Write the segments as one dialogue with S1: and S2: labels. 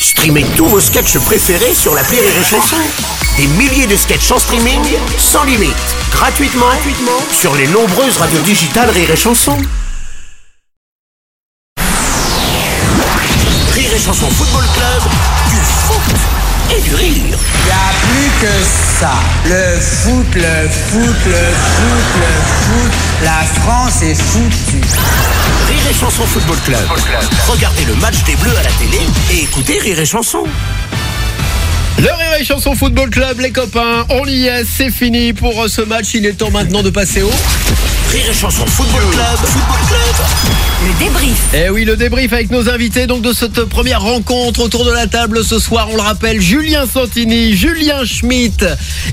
S1: Streamez tous vos sketchs préférés sur la Rire et Chanson. Des milliers de sketchs en streaming, sans limite, gratuitement, gratuitement sur les nombreuses radios digitales Rire et Chanson. Rire et Chanson Football Club, du foot et du rire.
S2: Y a plus que ça. Le foot, le foot, le foot, le foot. La France est foutue.
S1: Rire et Chanson Football Club. Regardez le match des Bleus à la télé et écoutez Rire et Chanson.
S3: Le Rire et Chanson Football Club, les copains, on y est, c'est fini pour euh, ce match. Il est temps maintenant de passer au.
S1: Rire et Chanson Football Club, Football Club.
S4: Le débrief.
S3: Eh oui, le débrief avec nos invités donc de cette première rencontre autour de la table ce soir. On le rappelle, Julien Santini, Julien Schmitt,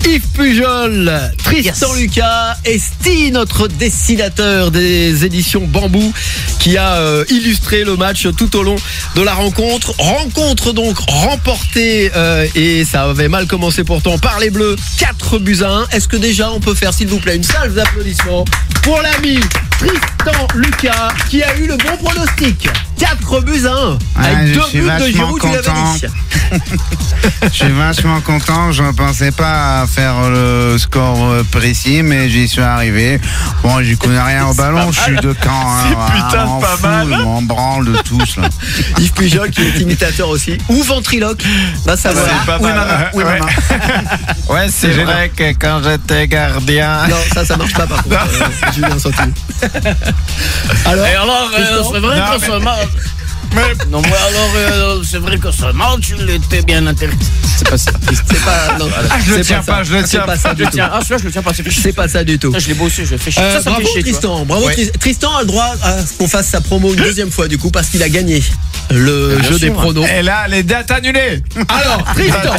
S3: Yves Pujol, Tristan Lucas et Sti, notre dessinateur des éditions Bambou, qui a euh, illustré le match tout au long de la rencontre. Rencontre donc remportée euh, et ça avait mal commencé pourtant par les Bleus. 4 buts à 1. Est-ce que déjà on peut faire, s'il vous plaît, une salve d'applaudissements pour l'ami Tristan Lucas qui a eu le bon pronostic 4 buts à 1
S5: Ouais,
S3: avec
S5: je
S3: deux
S5: suis
S3: buts de
S5: vachement
S3: Giroud, tu l'avais
S5: content.
S3: dit.
S5: Je suis vachement content. Je ne pensais pas à faire le score euh, précis, mais j'y suis arrivé. Bon, j'y connais rien au ballon. Je suis de camp. Hein, voilà,
S6: putain de
S5: m'en
S6: pas
S5: fous,
S6: mal.
S5: Je m'en branle de tous. Là.
S3: Yves Pujol qui est imitateur aussi ou ventriloque. Bah ça va.
S6: pas
S5: oui,
S6: mal.
S5: maman. Oui,
S6: Ouais.
S5: maman.
S6: Ouais, c'est vrai que quand j'étais gardien.
S3: Non, ça ça marche pas par contre. euh, Julien Santini. Alors,
S7: Et alors, euh,
S3: Tristan
S7: c'est vrai
S6: Non,
S7: que ce match. Non, mais alors, euh, c'est vrai que ce match, il était bien intéressant.
S3: c'est pas ça. C'est pas non,
S6: Ah, je le
S3: c'est
S6: tiens
S3: ça.
S6: pas, je le tiens
S3: C'est pas ça du
S7: Je
S3: tout.
S7: tiens. Ah, celui-là, je le tiens pas. C'est fait chier.
S3: C'est pas ça du tout.
S7: Ça, je l'ai bossé, je l'ai fait chier.
S3: Euh,
S7: ça, ça me
S3: bravo
S7: fait chier. tu vois.
S3: Tristan, bravo Tris- Tristan a le droit à ce qu'on fasse sa promo une deuxième fois du coup parce qu'il a gagné
S6: Eh
S3: le jeu des pronos.
S6: Et là, les dates annulées.
S3: Alors Tristan,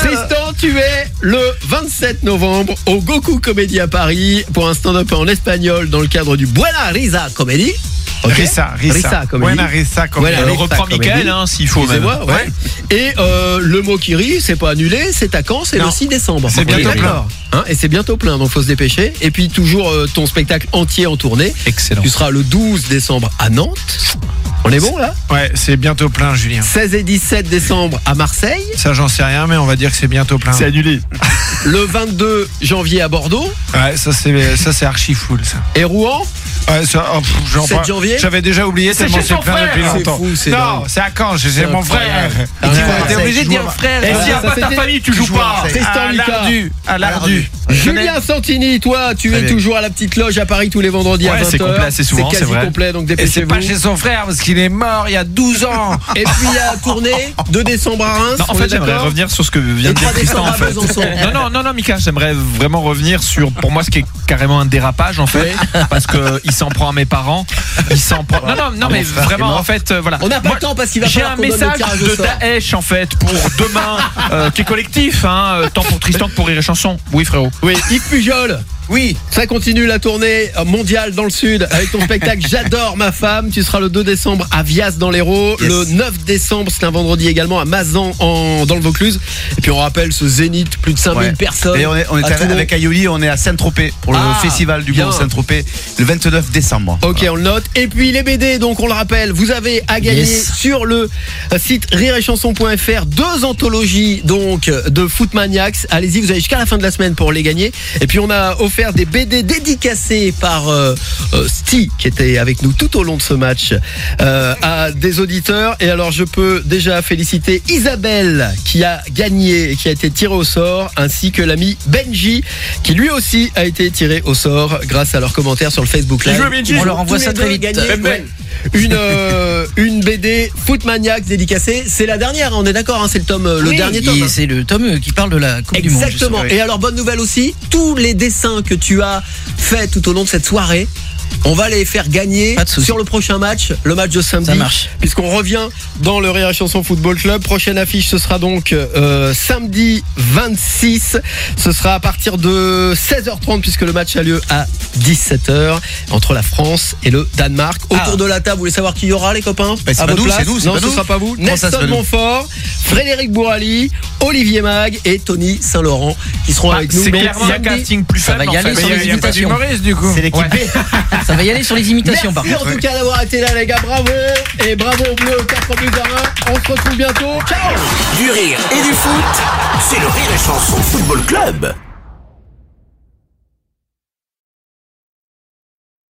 S3: Tristan, tu es le 27 novembre au Goku Comedy à Paris pour un stand-up en espagnol dans le cadre du Buena Risa Comedy. Ok
S6: Rissa, Rissa.
S3: Rissa Comedy.
S6: Buena Rissa Comedy.
S3: Buena
S6: On
S3: Rissa
S6: reprend
S3: Comedy.
S6: Mickaël, hein, s'il faut, même.
S3: Excusez-moi, ouais.
S6: Ouais.
S3: Et euh, le mot qui rit, c'est pas annulé, c'est à Caen, c'est le
S6: Non.
S3: 6 décembre.
S6: C'est bientôt
S3: Oui.
S6: plein.
S3: Hein, et c'est bientôt plein, donc faut se dépêcher. Et puis toujours euh, ton spectacle entier en tournée.
S6: Excellent.
S3: Tu seras le 12 décembre à Nantes. On est bon là
S6: Ouais, c'est bientôt plein, Julien.
S3: 16 et 17 décembre à Marseille.
S6: Ça, j'en sais rien, mais on va dire que c'est bientôt plein.
S3: annulé. Le 22 janvier à Bordeaux
S6: Ouais, ça, c'est, ça, c'est archi full, ça.
S3: et Rouen.
S6: Ouais, ça, oh, pff, j'en
S3: 7
S6: vois-
S3: janvier
S6: J'avais déjà oublié tellement
S7: chez
S6: c'est
S7: ton
S6: plein
S7: frère.
S6: depuis
S3: C'est
S6: longtemps.
S3: fou, c'est
S6: non,
S3: dingue.
S6: c'est à Caen, j'ai- c'est mon frère.
S3: incroyable.
S6: Il dit,
S3: Ouais,
S6: ouais, T'es
S3: ouais,
S6: obligé de dire frère. euh, Et
S3: Ouais,
S6: s'il n'y a pas
S3: ça,
S6: ta
S3: c'était-
S6: famille, tu joues pas.
S3: Tristan
S6: À
S3: Lucas.
S6: l'ardu. À Ah, l'ardu.
S3: Julien Santini, toi, tu es toujours à la petite loge à Paris tous les vendredis à
S6: Ouais,
S3: 20h.
S6: c'est complet assez souvent,
S3: quasi
S6: c'est vrai.
S3: complet, donc
S6: Et c'est
S3: dépêchez-vous.
S6: pas chez son frère parce qu'il est mort il y a 12 ans.
S3: Et puis à tourner 2 décembre à Reims.
S8: Non, en
S3: on est
S8: fait, j'aimerais
S3: d'accord
S8: revenir sur ce que vient
S3: Et
S8: de
S3: 3
S8: dire Tristan.
S3: décembre
S8: En
S3: à
S8: fait.
S3: Besançon.
S8: Non, non, non, non, Mika, j'aimerais vraiment revenir sur, pour moi, ce qui est carrément un dérapage, en fait, parce que il s'en prend à mes parents, il s'en prend. Non,
S3: Ah,
S8: non, non, mais vraiment, en fait, euh, voilà.
S3: On n'a pas
S8: Moi,
S3: le temps parce qu'il va
S8: J'ai
S3: falloir
S8: un
S3: qu'on donne le
S8: message
S3: tirage au
S8: de
S3: sort.
S8: Daesh, en fait, pour demain, euh, qui est collectif, hein, euh, tant pour Tristan que pour Rire et Chanson. Oui, frérot.
S3: Oui, Yves Pujol.
S5: Oui.
S3: Ça continue la tournée mondiale dans le sud avec ton spectacle J'adore ma femme. Tu seras le 2 décembre à Vias dans l'Hérault.
S5: Yes.
S3: Le 9 décembre, c'est un vendredi également à Mazan en, dans le Vaucluse. Et puis on rappelle ce zénith, plus de 5000
S9: Ouais.
S3: personnes.
S9: Et on est, on est
S3: à Toulon.
S9: avec Ayoli, on est à Saint-Tropez pour le
S3: Ah,
S9: festival du
S3: bien.
S9: Bon Saint-Tropez le 29 décembre.
S3: Ok, on le note. Et puis les BD, donc on le rappelle, vous avez à gagner
S9: Yes.
S3: sur le site rireetchanson.fr deux anthologies donc de Foot Maniacs. Allez-y, vous avez jusqu'à la fin de la semaine pour les gagner. Et puis on a offert des BD dédicacées par euh, euh, Sti qui était avec nous tout au long de ce match euh, à des auditeurs. Et alors je peux déjà féliciter Isabelle qui a gagné et qui a été tirée au sort, ainsi que l'ami Benji qui lui aussi a été tiré au sort grâce à leurs commentaires sur le Facebook Live.
S2: On leur envoie
S3: Tous
S2: ça
S3: les
S2: très
S3: deux
S2: vite.
S3: gagner,
S2: Belle,
S3: ouais. Une, euh, une BD Foot Maniac dédicacée. C'est la dernière, on est d'accord, hein, c'est le tome, euh, le
S2: Oui,
S3: dernier
S2: et
S3: tome. hein.
S2: C'est le tome euh, qui parle de la Coupe du Monde.
S3: Exactement.
S2: justement.
S3: Et alors, bonne nouvelle aussi, tous les dessins que tu as fait tout au long de cette soirée, on va les faire gagner
S2: Pas de souci.
S3: sur le prochain match, le match de samedi.
S2: Ça marche.
S3: Puisqu'on revient dans le Rire et Chanson Football Club. Prochaine affiche, ce sera donc euh, samedi 26. Ce sera à partir de 16h30, puisque le match a lieu à 17h entre la France et le Danemark. Autour
S2: Ah.
S3: de la table, vous voulez savoir qui y aura, les copains
S9: Bah, c'est
S3: À
S9: pas
S3: vos
S9: nous,
S3: places
S9: c'est nous, c'est
S3: Non,
S9: pas
S3: ce
S9: nous.
S3: sera pas vous.
S9: Comment ça, c'est
S3: Nelson
S9: pas nous
S3: Montfort, Frédéric Bourali, Olivier Mag et Tony Saint-Laurent qui seront
S8: Bah,
S3: avec nous.
S8: C'est
S3: Mais
S8: clairement un
S3: samedi-
S8: casting plus
S4: ça
S8: faible.
S4: va y
S8: en
S4: aller
S8: fait.
S4: sur
S8: Mais
S4: les
S8: il y a pas
S4: imitations.
S8: d'humoriste, du coup.
S4: C'est l'équipe
S8: Ouais.
S4: Ça va y aller sur les imitations, par
S3: Merci
S4: contre.
S3: en tout cas d'avoir été là les gars, bravo et bravo aux bleus 4 buts à 1. On se retrouve bientôt. Ciao
S1: Du rire et du foot, c'est le Rire et Chanson Football Club.